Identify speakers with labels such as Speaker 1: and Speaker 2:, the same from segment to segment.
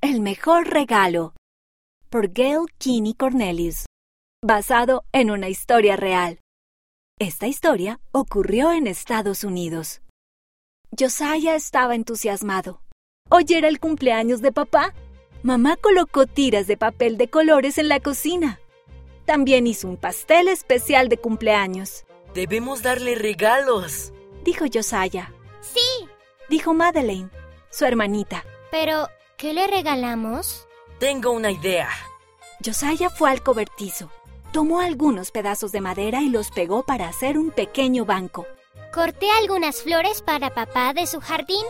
Speaker 1: el mejor regalo por Gail Kinney Cornelius, basado en una historia real. Esta historia ocurrió en Estados Unidos. Josiah estaba entusiasmado. Hoy era el cumpleaños de papá. Mamá colocó tiras de papel de colores en la cocina. También hizo un pastel especial de cumpleaños,
Speaker 2: Debemos darle regalos.
Speaker 1: dijo Josiah.
Speaker 3: Sí,
Speaker 1: Dijo Madeleine, su hermanita.
Speaker 3: pero ¿qué le regalamos?
Speaker 2: Tengo una idea.
Speaker 1: Josiah fue al cobertizo. Tomó algunos pedazos de madera y los pegó para hacer un pequeño banco,
Speaker 3: Corté algunas flores para papá de su jardín.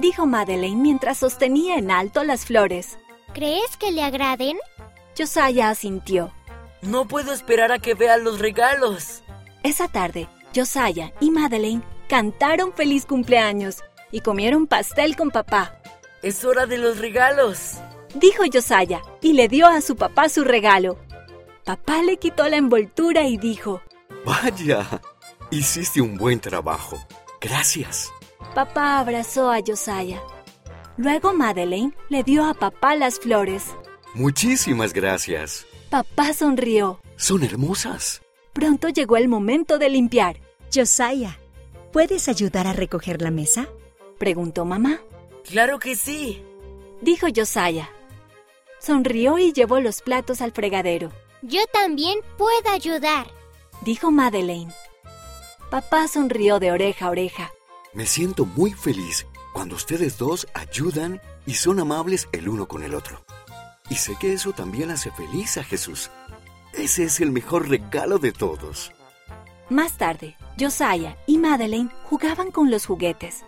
Speaker 1: dijo Madeleine mientras sostenía en alto las flores.
Speaker 3: ¿Crees que le agraden?
Speaker 1: Josiah asintió.
Speaker 2: No puedo esperar a que vea los regalos.
Speaker 1: Esa tarde, Josiah y Madeleine cantaron feliz cumpleaños y comieron pastel con papá,
Speaker 2: Es hora de los regalos.
Speaker 1: dijo Josiah y le dio a su papá su regalo. Papá le quitó la envoltura y dijo,
Speaker 4: Vaya, hiciste un buen trabajo. Gracias.
Speaker 1: Papá abrazó a Josiah. Luego Madeleine le dio a papá las flores.
Speaker 4: Muchísimas gracias.
Speaker 1: Papá sonrió.
Speaker 4: Son hermosas.
Speaker 1: Pronto llegó el momento de limpiar,
Speaker 5: Josiah, ¿puedes ayudar a recoger la mesa?
Speaker 1: preguntó mamá.
Speaker 2: Claro que sí.
Speaker 1: Dijo Josiah. Sonrió y llevó los platos al fregadero,
Speaker 3: Yo también puedo ayudar.
Speaker 1: dijo Madeleine. Papá sonrió de oreja a oreja.
Speaker 4: Me siento muy feliz cuando ustedes dos ayudan y son amables el uno con el otro. Y sé que eso también hace feliz a Jesús. Ese es el mejor regalo de todos.
Speaker 1: Más tarde, Josiah y Madeleine jugaban con los juguetes.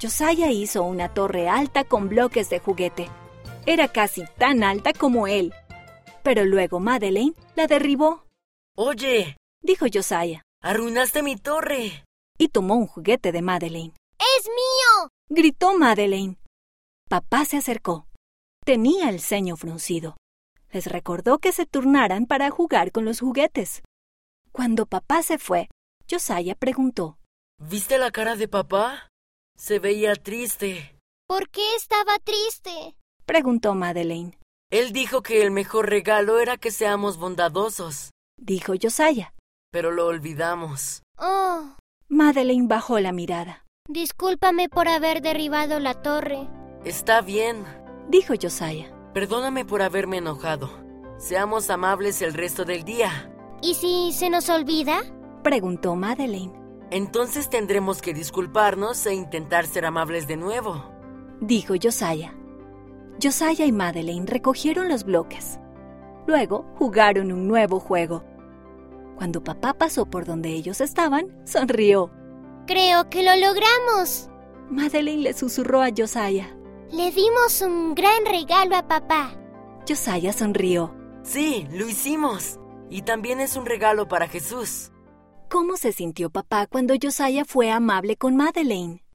Speaker 1: Josiah hizo una torre alta con bloques de juguete. Era casi tan alta como él. Pero luego Madeleine la derribó,
Speaker 2: Oye,
Speaker 1: dijo Josiah,
Speaker 2: arruinaste mi torre.
Speaker 1: y tomó un juguete de Madeleine.
Speaker 3: ¡Es mío!
Speaker 1: Gritó Madeleine. Papá se acercó. Tenía el ceño fruncido. Les recordó que se turnaran para jugar con los juguetes. Cuando papá se fue, Josiah preguntó.
Speaker 2: ¿Viste la cara de papá? Se veía triste.
Speaker 3: ¿Por qué estaba triste?
Speaker 1: Preguntó Madeleine.
Speaker 2: Él dijo que el mejor regalo era que seamos bondadosos,
Speaker 1: dijo Josiah.
Speaker 2: pero lo olvidamos.
Speaker 3: Oh,
Speaker 1: Madeleine bajó la mirada,
Speaker 3: discúlpame por haber derribado la torre.
Speaker 2: Está bien.
Speaker 1: dijo Josiah.
Speaker 2: Perdóname por haberme enojado. Seamos amables el resto del día.
Speaker 3: ¿Y si se nos olvida?
Speaker 1: Preguntó Madeleine,
Speaker 2: Entonces tendremos que disculparnos e intentar ser amables de nuevo.
Speaker 1: dijo Josiah. Josiah y Madeleine recogieron los bloques. Luego jugaron un nuevo juego. Cuando papá pasó por donde ellos estaban, sonrió.
Speaker 3: Creo que lo logramos.
Speaker 1: Madeleine le susurró a Josiah.
Speaker 3: Le dimos un gran regalo a papá.
Speaker 1: Josiah sonrió.
Speaker 2: Sí, lo hicimos. Y también es un regalo para Jesús.
Speaker 1: ¿Cómo se sintió papá cuando Josiah fue amable con Madeleine?